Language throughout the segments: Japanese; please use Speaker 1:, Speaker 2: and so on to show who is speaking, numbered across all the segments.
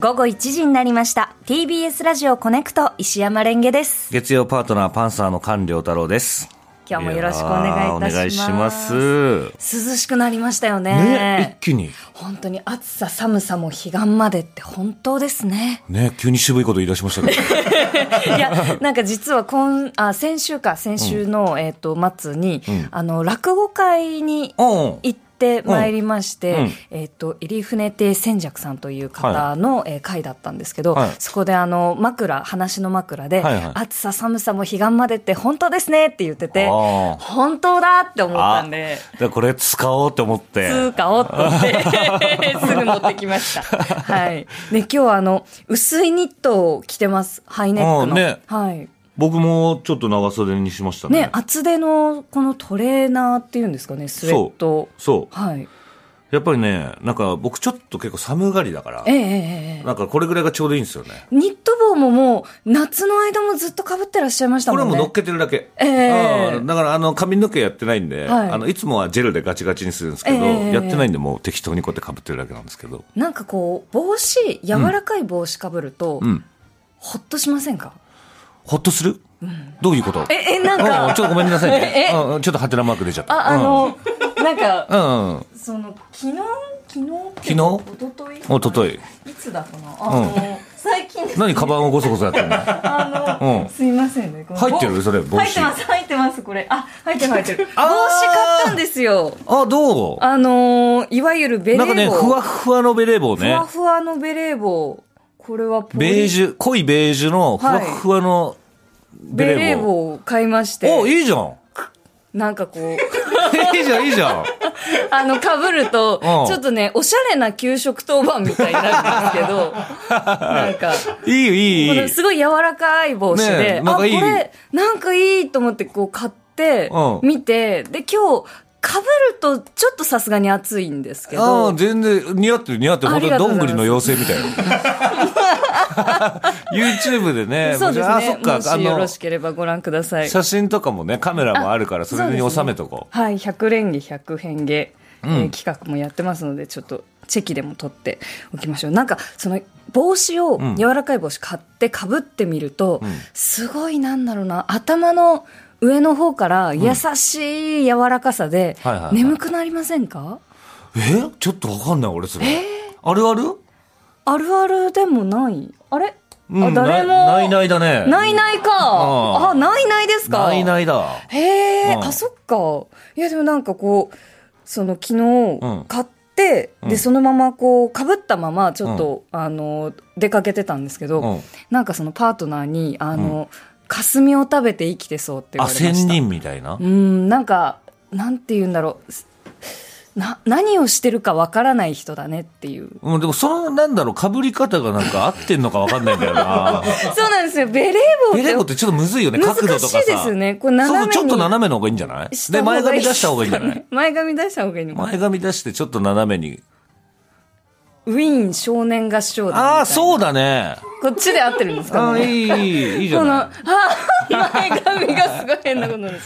Speaker 1: 午後1時になりました TBS ラジオコネクト石山レンゲです
Speaker 2: 月曜パートナーパンサーの菅良太郎です。
Speaker 1: 今日もよろしくお願いいたします
Speaker 2: やーお願いします。
Speaker 1: 涼しくなりましたよね
Speaker 2: ね、一気に。
Speaker 1: 本当に暑さ寒さも彼岸までって本当ですね
Speaker 2: ね、急に渋いこと言い出しましたけど。
Speaker 1: いやなんか実は今あ先週か先週の、えっ、と末に、あの落語会に
Speaker 2: うんうん。
Speaker 1: 行ってまいりまして、
Speaker 2: うん
Speaker 1: えっ、と、入船亭千尺さんという方の、えー会だったんですけど、
Speaker 2: はい
Speaker 1: そこであの、枕、話の枕で、
Speaker 2: はいはい
Speaker 1: 暑さ寒さも彼岸までって本当ですねって言ってて、
Speaker 2: あー
Speaker 1: 本当だって思ったんで、
Speaker 2: でこれ使おうって思って。
Speaker 1: 通貨をと思って、 すぐ持ってきました。はい。で、今日はあの、薄いニットを着てます。ハイネックの。
Speaker 2: あーね
Speaker 1: はい。
Speaker 2: 僕もちょっと長袖にしましたね。
Speaker 1: ね、厚手のこのトレーナーっていうんですかね、スウェット。
Speaker 2: そう。
Speaker 1: はい。
Speaker 2: やっぱりね、なんか僕ちょっと結構寒がりだから
Speaker 1: え、えええええ
Speaker 2: なんかこれぐらいがちょうどいいんですよね。
Speaker 1: ニット帽ももう、夏の間もずっと被ってらっしゃいました
Speaker 2: これ
Speaker 1: も
Speaker 2: は
Speaker 1: ん
Speaker 2: も
Speaker 1: ね。
Speaker 2: う乗っけてるだけ。
Speaker 1: ええ
Speaker 2: うんだからあの髪の毛やってないんで、
Speaker 1: はい
Speaker 2: あのいつもはジェルでガチガチにするんですけど、
Speaker 1: ええ
Speaker 2: やってないんでもう適当にこうやって被ってるだけなんですけど。
Speaker 1: なんかこう、帽子、柔らかい帽子被ると、
Speaker 2: うん。
Speaker 1: ほっとしませんか
Speaker 2: ほっとする、どういうこと
Speaker 1: え、え、なん
Speaker 2: う
Speaker 1: か、
Speaker 2: んちょっとごめんなさいね。
Speaker 1: え、え
Speaker 2: うんうんちょっとハテナマーク出ちゃった。
Speaker 1: あ、あの、なんか、
Speaker 2: うん、うんうん。
Speaker 1: その、昨日昨日って
Speaker 2: 昨日
Speaker 1: おととい
Speaker 2: おととい。
Speaker 1: いつだかなあの、最近です
Speaker 2: 何カバンをゴソゴソやってんの
Speaker 1: あの、
Speaker 2: うん
Speaker 1: すいませんね。この
Speaker 2: 入ってるそれ帽子
Speaker 1: 入ってます、入ってます、これ。あ、入ってる、入ってる。帽子
Speaker 2: あー
Speaker 1: 買ったんですよ。
Speaker 2: あ、どう
Speaker 1: あのーいわゆるベレー
Speaker 2: な
Speaker 1: 帽。
Speaker 2: んかね、ふわふわのベレー帽
Speaker 1: ふ
Speaker 2: ね
Speaker 1: わ。ふわのベレー帽。これはポ
Speaker 2: ベージュ、濃いベージュのふわふわのベ
Speaker 1: ベ
Speaker 2: レ
Speaker 1: レ
Speaker 2: ー帽。
Speaker 1: ー帽を買いまして。
Speaker 2: お、いいじゃん。
Speaker 1: なんかこう、
Speaker 2: いいじゃん、いいじゃん。
Speaker 1: あの、被ると、
Speaker 2: うん
Speaker 1: ちょっとね、おしゃれな給食当番みたいになるんですけど、 なんか、
Speaker 2: いいよ、いい
Speaker 1: この
Speaker 2: よ、いいよ。
Speaker 1: すごい柔らかい帽子
Speaker 2: ねえ
Speaker 1: で、
Speaker 2: なん
Speaker 1: あ、こ
Speaker 2: かいい
Speaker 1: れ、なんかいいと思ってこう買って
Speaker 2: うん、
Speaker 1: 見て、で、今日、被ると、ちょっとさすがに暑いんですけ
Speaker 2: あ
Speaker 1: ど
Speaker 2: あ、、全然似合ってる似合ってる。
Speaker 1: あ
Speaker 2: 本
Speaker 1: り
Speaker 2: 当に
Speaker 1: がとう
Speaker 2: ど
Speaker 1: ご
Speaker 2: ん
Speaker 1: ざ
Speaker 2: ぐ
Speaker 1: います
Speaker 2: りの妖精みたいな。YouTube でね、
Speaker 1: そうです
Speaker 2: あ、
Speaker 1: ね
Speaker 2: そっ。か、
Speaker 1: も
Speaker 2: あ
Speaker 1: しよろ
Speaker 2: の
Speaker 1: し、ければご覧ください。
Speaker 2: 写真とかもね、カメラもあるから、それに収めとこう。
Speaker 1: はい、100連芸100変芸、えー企画もやってますので、ちょっとチェキでも取っておきましょう。なんか、その、帽子を、
Speaker 2: ん
Speaker 1: 柔らかい帽子買って被ってみると、
Speaker 2: ん
Speaker 1: すごいなんだろうな、頭の上の方から優しい柔らかさで
Speaker 2: はいはいは、い
Speaker 1: 眠くなりませんか
Speaker 2: えちょっとわかんない俺それ、あるある
Speaker 1: あるあるでもないあれ、
Speaker 2: う
Speaker 1: あ
Speaker 2: ん
Speaker 1: 誰も
Speaker 2: ないないだね
Speaker 1: ないないか
Speaker 2: あ
Speaker 1: あないないですか
Speaker 2: ないないだ
Speaker 1: へえ、
Speaker 2: うん
Speaker 1: あそっかいやでもなんかこうその昨
Speaker 2: ん
Speaker 1: 日買って、
Speaker 2: うん
Speaker 1: でそのままこうかぶったままちょっと、あの出かけてたんですけど、
Speaker 2: うん
Speaker 1: なんかそのパートナーにあの、霞を食べて生きてそうって言
Speaker 2: あ
Speaker 1: われました
Speaker 2: 仙人みたいな
Speaker 1: うんなんかなんて言うんだろうな何をしてるかわからない人だねっていう
Speaker 2: うん、でもそのなんだろうかぶり方がなんか合ってんのかわかんないんだ よな
Speaker 1: そうなんですよベレー帽
Speaker 2: ベ
Speaker 1: って
Speaker 2: レー帽ってちょっとむずいよね
Speaker 1: 難
Speaker 2: 角度とか
Speaker 1: し
Speaker 2: さ
Speaker 1: いですよね。これ
Speaker 2: そう
Speaker 1: 斜
Speaker 2: そ
Speaker 1: め
Speaker 2: う
Speaker 1: に
Speaker 2: ちょっと斜めの方がいいんじゃない
Speaker 1: した
Speaker 2: で
Speaker 1: 方が
Speaker 2: 前
Speaker 1: いい
Speaker 2: 髪出した方がいいんじゃない、
Speaker 1: 前髪出した方がいいのかな
Speaker 2: 前髪出してちょっと斜めに
Speaker 1: ウィーン少年合唱団みたいな。
Speaker 2: ああそうだね
Speaker 1: こっちで合ってるんです
Speaker 2: あ
Speaker 1: か
Speaker 2: あ
Speaker 1: ね。
Speaker 2: いいいいいいじゃ
Speaker 1: この、
Speaker 2: な
Speaker 1: あー前髪がすごい変なことになる。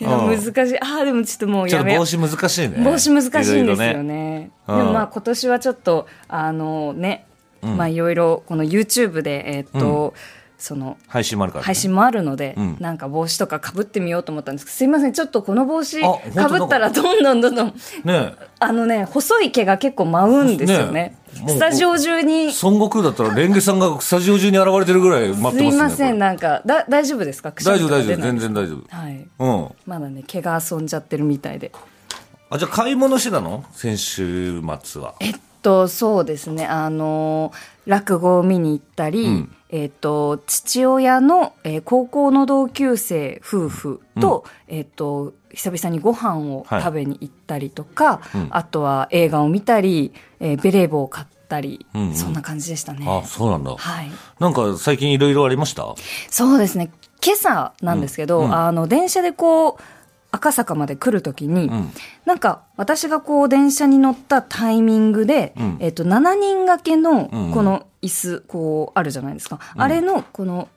Speaker 1: いや、
Speaker 2: う
Speaker 1: 難
Speaker 2: ん
Speaker 1: しい。ああ、でもちょっともう
Speaker 2: いちょ
Speaker 1: や
Speaker 2: っ
Speaker 1: め
Speaker 2: と
Speaker 1: よ
Speaker 2: 帽
Speaker 1: う。
Speaker 2: 子難しいね
Speaker 1: 帽子難しいんです
Speaker 2: いろ
Speaker 1: よ
Speaker 2: いろ
Speaker 1: ね。
Speaker 2: うん
Speaker 1: でもまあ今年はちょっと、あのね、まあいろいろ、この YouTube で、えーっと、その、
Speaker 2: 配信もあるから、ね、
Speaker 1: 配信もあるので、
Speaker 2: うん
Speaker 1: なんか帽子とかかぶってみようと思ったんですけど、すいません、ちょっとこの帽子
Speaker 2: あ本当
Speaker 1: かぶったらどんどんどんどん、
Speaker 2: ね
Speaker 1: あのね、細い毛が結構舞うんですよね。
Speaker 2: ねもう
Speaker 1: スタジオ中に、す
Speaker 2: 孫悟空だったらレンゲさんがスタジオ中に現れてるぐらい待ってますね
Speaker 1: いませ
Speaker 2: こ
Speaker 1: ん、
Speaker 2: れ
Speaker 1: なんか、だ、大丈夫ですかくしゃ
Speaker 2: 大
Speaker 1: み
Speaker 2: 丈
Speaker 1: と
Speaker 2: 夫
Speaker 1: か出
Speaker 2: 大丈夫
Speaker 1: ない
Speaker 2: 全然大丈夫
Speaker 1: はい。
Speaker 2: うん
Speaker 1: まだね、毛が遊んじゃってるみたいで。
Speaker 2: あじゃあ買い物してたの先週末は
Speaker 1: えっと、そうですね、あのー落語を見に行ったり、
Speaker 2: うん
Speaker 1: えっと、父親の、えー高校の同級生夫婦と、えっと、久々にご飯を食べに行ったりとか、
Speaker 2: うん
Speaker 1: あとは映画を見たり、えーベレー帽を買ったり、
Speaker 2: うんうん
Speaker 1: そんな感じでしたね。
Speaker 2: あそうなんだ
Speaker 1: はい。
Speaker 2: なんか最近いろいろありました
Speaker 1: そうですね。今朝なんですけど、
Speaker 2: うんうん
Speaker 1: あの、電車でこう、赤坂まで来るときに、
Speaker 2: うん
Speaker 1: なんか、私がこう、電車に乗ったタイミングで、
Speaker 2: うん
Speaker 1: えっと、7人掛けの
Speaker 2: うんう、ん
Speaker 1: この椅子、こう、あるじゃないですか。あれの、この、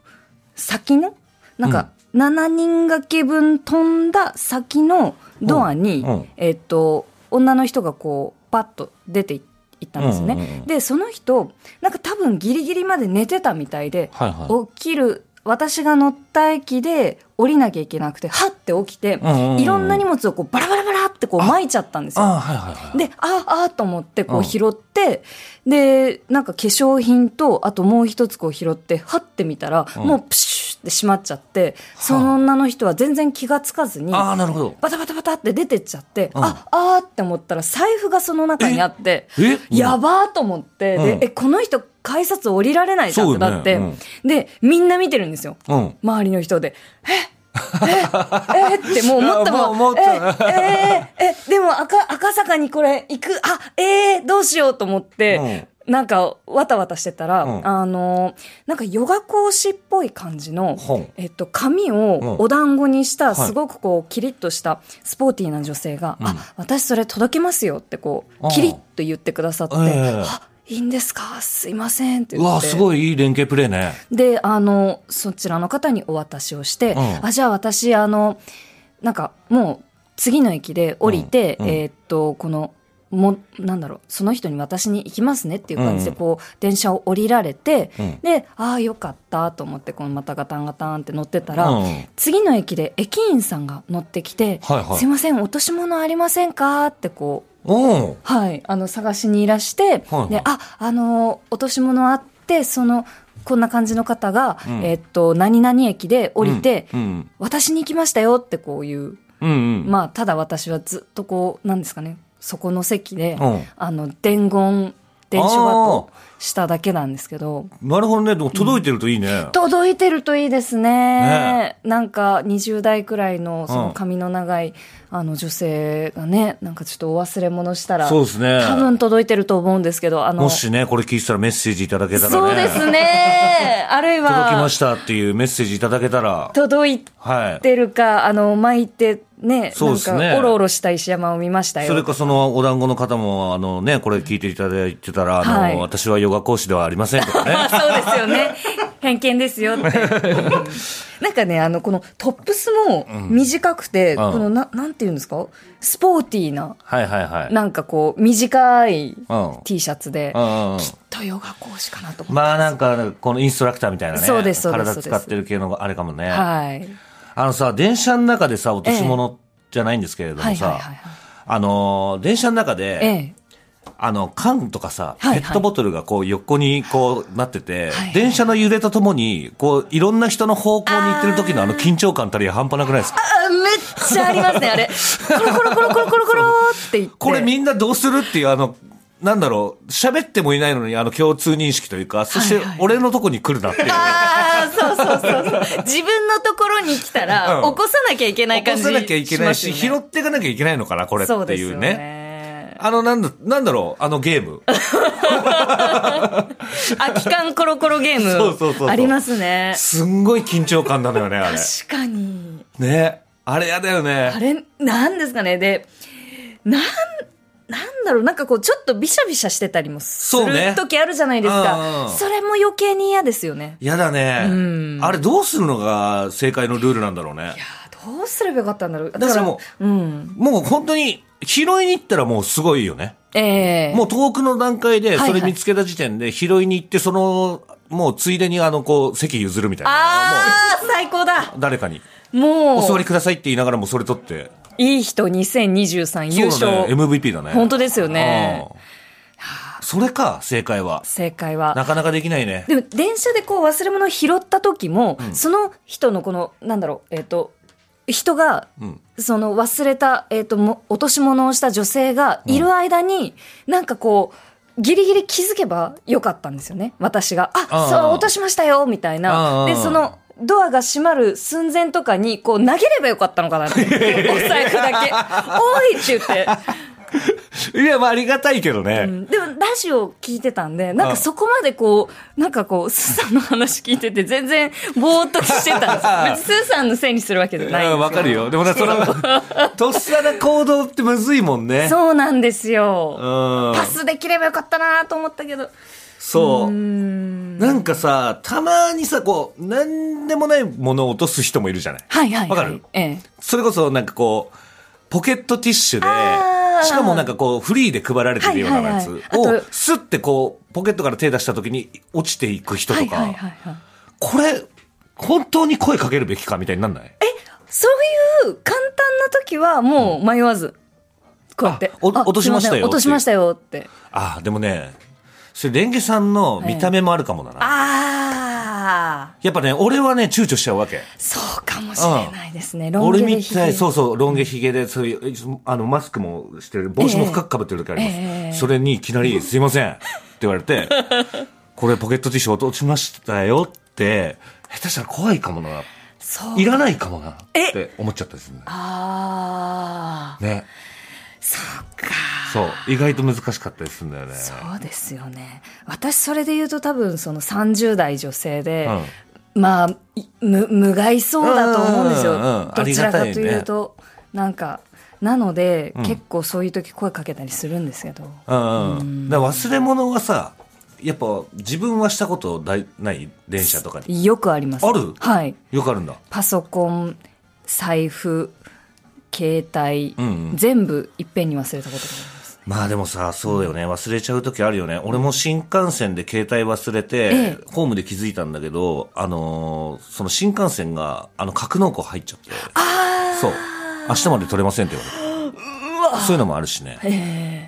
Speaker 1: 先の、なんか、7人掛け分飛んだ先のドアに、
Speaker 2: うんうん
Speaker 1: えっと、女の人がこう、パッと出てい行ったんですね、
Speaker 2: うんうんうん
Speaker 1: でその人なんか多分ギリギリまで寝てたみたいで、
Speaker 2: はいは
Speaker 1: 起きる私が乗った駅で降りなきゃいけなくてはって起きて、
Speaker 2: んうんうん
Speaker 1: いろんな荷物をこうバラバラバラってこう撒いちゃったんです
Speaker 2: あ
Speaker 1: よ
Speaker 2: あはいはいはい
Speaker 1: で、ああ、ああと思って、こ
Speaker 2: う
Speaker 1: うん拾って、で、なんか化粧品と、あともう一つこう拾って、はってみたら、
Speaker 2: うん
Speaker 1: もうプシュって閉まっちゃって、その女の人は全然気がつかずに、
Speaker 2: あ
Speaker 1: バ
Speaker 2: あなるほど
Speaker 1: タバタバタって出てっちゃって、
Speaker 2: うん
Speaker 1: あ、あーって思ったら財布がその中にあって、
Speaker 2: え
Speaker 1: やばーと思って、
Speaker 2: う
Speaker 1: で
Speaker 2: ん、
Speaker 1: え、この人改札降りられないじゃんってなって、
Speaker 2: そうよね
Speaker 1: で、みんな見てるんですよ。
Speaker 2: うん
Speaker 1: 周りの人で、えええってもう思ったまま、
Speaker 2: あもう思っちゃう
Speaker 1: ええええでも赤、赤坂にこれ行く、あ、ええどうしようと思って、なんか、わたわたしてたら、
Speaker 2: うん
Speaker 1: あのーなんかヨガ講師っぽい感じの、
Speaker 2: ほん
Speaker 1: えっと、髪を
Speaker 2: うん
Speaker 1: お団子にした、
Speaker 2: い
Speaker 1: すごくこう、キリッとした、スポーティーな女性が、
Speaker 2: うん
Speaker 1: あ、私それ届けますよってこ
Speaker 2: あ
Speaker 1: う、キリッと言ってくださって、
Speaker 2: ええ
Speaker 1: あ、いいんですかすいませんって
Speaker 2: う
Speaker 1: 言って。
Speaker 2: わすごいいい連携プレーね
Speaker 1: で、あの、そちらの方にお渡しをして、
Speaker 2: うん
Speaker 1: あ、じゃあ私、あの、なんか、もう、次の駅で降りて、
Speaker 2: うんうん
Speaker 1: えーっと、この、も、なんだろう、その人に私に行きますねっていう感じで、
Speaker 2: うん
Speaker 1: こう、電車を降りられて、
Speaker 2: うん
Speaker 1: で、ああ、よかったと思って、このまたガタンガタンって乗ってたら、
Speaker 2: うん
Speaker 1: 次の駅で駅員さんが乗ってきて、
Speaker 2: はいはい
Speaker 1: すいません、落とし物ありませんかってこう、
Speaker 2: うん
Speaker 1: はい、あの探しにいらして、
Speaker 2: はいはい
Speaker 1: でああの落とし物あってそのこんな感じの方が、
Speaker 2: うん
Speaker 1: えっと何々駅で降りて、
Speaker 2: うん
Speaker 1: 私に来ましたよってこういう、
Speaker 2: うんうん
Speaker 1: まあただ私はずっとこうなんですかねそこの席で、
Speaker 2: うん
Speaker 1: あの伝言伝書バトしただけなんですけど
Speaker 2: なるほどねでも届いてるといいね
Speaker 1: 届いてるといいですね
Speaker 2: ね
Speaker 1: なんか20代くらいのそ
Speaker 2: うん
Speaker 1: の髪の長い、あの女性がねなんかちょっとお忘れ物したら
Speaker 2: そうですね
Speaker 1: 多分届いてると思うんですけど、あの、
Speaker 2: もしねこれ聞いてたらメッセージいただけたらね
Speaker 1: そうです ね。あるい
Speaker 2: 届きま
Speaker 1: は、
Speaker 2: したっていうメッセージいただけたら
Speaker 1: 届い
Speaker 2: はい
Speaker 1: てるか、あの、巻いてね、
Speaker 2: そうですね
Speaker 1: なんか、おろおろした石山を見ましたよ。
Speaker 2: それかそのお団子の方も、あのね、これ聞いていただいてたら、あの、
Speaker 1: はい
Speaker 2: 私はヨガ講師ではありません とかね。
Speaker 1: あそうですよね。偏見ですよって。 うんなんかね、あの、このトップスも短くて、
Speaker 2: うん
Speaker 1: この、ななんていうんですかスポーティーな、
Speaker 2: はいはいはい。
Speaker 1: なんかこう、短い
Speaker 2: うん
Speaker 1: T シャツで、
Speaker 2: うんうんうん
Speaker 1: とヨガ講師かなと思って。
Speaker 2: まあなんか、このインストラクターみたいなね。
Speaker 1: そうですそうです
Speaker 2: 体使ってる系のあれかもね。
Speaker 1: はい。
Speaker 2: あのさ、電車の中でさ、落とし物じゃないんですけれどもさ、
Speaker 1: はいはいはいはい。
Speaker 2: あの、電車の中で、
Speaker 1: ええ。
Speaker 2: あの、缶とかさ、
Speaker 1: はいはい
Speaker 2: ペットボトルがこう横にこうなって
Speaker 1: は
Speaker 2: て、
Speaker 1: いはい
Speaker 2: 電車の揺れとともに、こう、いろんな人の方向に行ってる時のあの緊張感たり半端なくないですか
Speaker 1: あめっちゃありますね、あれ。コロコロコロコロコロコロって言って。
Speaker 2: これみんなどうするっていう、あの、なんだろう、喋ってもいないのに、あの、共通認識というか、そして
Speaker 1: はいはい
Speaker 2: 俺のとこに来るなっていう。
Speaker 1: ああ、そうそうそうそう。自分のところに来たら、
Speaker 2: うん
Speaker 1: 起こさなきゃいけない
Speaker 2: 起
Speaker 1: 感
Speaker 2: こ
Speaker 1: じ
Speaker 2: さなきゃいけないし、
Speaker 1: し
Speaker 2: 拾っていかなきゃいけないのかな、これ
Speaker 1: ますよねそう
Speaker 2: って
Speaker 1: で
Speaker 2: い
Speaker 1: す
Speaker 2: う
Speaker 1: よ
Speaker 2: ね。
Speaker 1: ね。
Speaker 2: あの、なんだ、なんだろう、あのゲーム。
Speaker 1: 空き缶コロコロゲーム。
Speaker 2: そうそうそうそう
Speaker 1: ありますね。
Speaker 2: すんごい緊張感なのよね、 あれ。
Speaker 1: 確かに。
Speaker 2: ね。あれやだよ
Speaker 1: あ
Speaker 2: ね。
Speaker 1: れ、なんですかね。で、なん、なんだろう、なんかこう、ちょっとビシャビシャしてたりもす
Speaker 2: そうね
Speaker 1: る時あるじゃないです
Speaker 2: うんうん
Speaker 1: か。それも余計に嫌ですよね。
Speaker 2: やだ
Speaker 1: うん
Speaker 2: ね。あれどうするのが正解のルールなんだろうね
Speaker 1: いや。ーどうすればよかったんだろう。
Speaker 2: だからも
Speaker 1: う、うん。
Speaker 2: もう本当に、拾いに行ったらもうすごいよね。
Speaker 1: ええ
Speaker 2: もう遠くの段階で、
Speaker 1: はい
Speaker 2: それ見つけた時点で拾いに行って、その、もうついでにあの、こう、席譲るみたいな。
Speaker 1: ああ、最高だ
Speaker 2: も。う誰かに、
Speaker 1: も
Speaker 2: お座
Speaker 1: う
Speaker 2: り、くださいって言いながらもそれ取って。
Speaker 1: いい人2023優
Speaker 2: そうだね
Speaker 1: 勝。
Speaker 2: MVP だね。
Speaker 1: 本当ですよね
Speaker 2: うん。それか、正解は。
Speaker 1: 正解
Speaker 2: な
Speaker 1: は。
Speaker 2: かなかできないね。
Speaker 1: でも、電車でこう忘れ物を拾った時も、その人のこの、なんだろう、えっ、と、人が、
Speaker 2: うん。
Speaker 1: その忘れた、えっ、と、も落とし物をした女性がいる間に、なんかこう、ギリギリ気づけばよかったんですよね。私が。
Speaker 2: あ
Speaker 1: あ、
Speaker 2: ー
Speaker 1: そう、落としましたよみたい
Speaker 2: あ
Speaker 1: な。
Speaker 2: ー
Speaker 1: で、その、ドアが閉まる寸前とかに、こう、投げればよかったのかな って。お財布だけ。おいって言って。
Speaker 2: いや、まあ、ありがたいけど
Speaker 1: う
Speaker 2: ね。
Speaker 1: んでもラジオ聞いてたんで、なんかそこまでこう、なんかこう、スーさんの話聞いてて、全然ぼーっとしてたんですよ。別にスーさんのせいにするわけじゃ
Speaker 2: う
Speaker 1: ないんです
Speaker 2: ん、
Speaker 1: よ。
Speaker 2: わかるよ。でもね、その、とっさな行動ってむずいもんね。
Speaker 1: そうなんです
Speaker 2: う
Speaker 1: よ。
Speaker 2: ん。
Speaker 1: パスできればよかったなと思ったけど。
Speaker 2: そう。
Speaker 1: ん
Speaker 2: なんかさ、たまにさ、こう、なんでもないものを落とす人もいるじゃない。
Speaker 1: はいはいはい。
Speaker 2: わかる
Speaker 1: ええ。
Speaker 2: それこそなんかこう、ポケットティッシュで、
Speaker 1: ああー
Speaker 2: しかもなんかこう、フリーで配られてるようなや
Speaker 1: はい
Speaker 2: つ
Speaker 1: はいはいあ
Speaker 2: を
Speaker 1: と、
Speaker 2: スッてこう、ポケットから手出した時に落ちていく人
Speaker 1: は
Speaker 2: と
Speaker 1: いはい
Speaker 2: か、
Speaker 1: はいはい。
Speaker 2: これ、本当に声かけるべきかみたいになんない
Speaker 1: そういう簡単な時はもう迷わず、こうやって
Speaker 2: あ。お
Speaker 1: あ
Speaker 2: 落としましたよ
Speaker 1: すいせん落としましたよって。
Speaker 2: ああ、でもね、それ、レンゲさんの見た目もあるかもだな。
Speaker 1: あ
Speaker 2: やっぱね、俺はね、躊躇しちゃうわけ。
Speaker 1: ー、そうかもしれないですね。ロン
Speaker 2: 俺
Speaker 1: 毛で
Speaker 2: み
Speaker 1: ひ
Speaker 2: た
Speaker 1: げ
Speaker 2: い、そうそう、ロン毛ひげで、そういう、あの、マスクもしてる、帽子も深くかぶってる時あります。
Speaker 1: ええええ
Speaker 2: それにいきなり、すいませんって言わ れて、これポケットティッシュ落ちましたよって、下手したら怖いかもな。
Speaker 1: そう。
Speaker 2: いらないかもな。っ
Speaker 1: え
Speaker 2: て思っちゃったですね。
Speaker 1: あー、
Speaker 2: ね。
Speaker 1: そうか。
Speaker 2: そう。意外と難しかったりするんだよね。
Speaker 1: そうですよね。私それで言うと多分その30代女性で、
Speaker 2: うん
Speaker 1: まあ、いむ、無害そうだと思うんです
Speaker 2: うんうんう
Speaker 1: よ
Speaker 2: ん。
Speaker 1: どちらか
Speaker 2: あ
Speaker 1: と
Speaker 2: りがたいね
Speaker 1: いうと、なんか、なので、結構そういう時声かけたりするんですけど。
Speaker 2: うんうん。だから忘れ物はさ、やっぱ自分はしたことないない電車とかに。
Speaker 1: よくあります。
Speaker 2: ある
Speaker 1: はい。
Speaker 2: よくあるんだ。
Speaker 1: パソコン、財布、携帯、
Speaker 2: うんうん
Speaker 1: 全部いっぺんに忘れたことがあります。
Speaker 2: まあでもさ、そうだよね。忘れちゃう時あるよね。俺も新幹線で携帯忘れて
Speaker 1: え、
Speaker 2: ホームで気づいたんだけど、あのーその新幹線が、あの、格納庫入っちゃって。そう。明日まで取れませんって言われて。そういうのもあるしね。
Speaker 1: え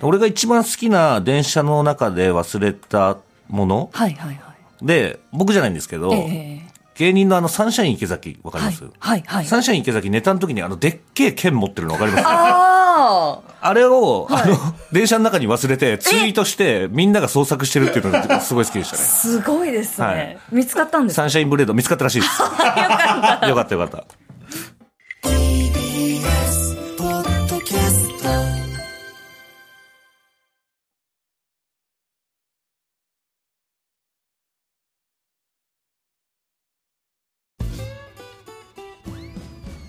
Speaker 1: え
Speaker 2: 俺が一番好きな電車の中で忘れたもの
Speaker 1: はいはいはい。
Speaker 2: で、僕じゃないんですけど、
Speaker 1: ええ
Speaker 2: 芸人のあの、サンシャイン池崎、わかり
Speaker 1: は
Speaker 2: ま
Speaker 1: い
Speaker 2: す、
Speaker 1: はいはい。
Speaker 2: サンシャイン池崎ネタの時にあの、でっけえ剣持ってるのわかります
Speaker 1: ああ
Speaker 2: あれを、あの、電車の中に忘れて、ツイートして、みんなが捜索してるっていうのがすごい好きでしたね。
Speaker 1: すごいですね。
Speaker 2: はい
Speaker 1: 見つかったんですか
Speaker 2: サンシャインブレード見つかったらしい です。よかった。よかったよかった。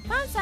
Speaker 3: パンサ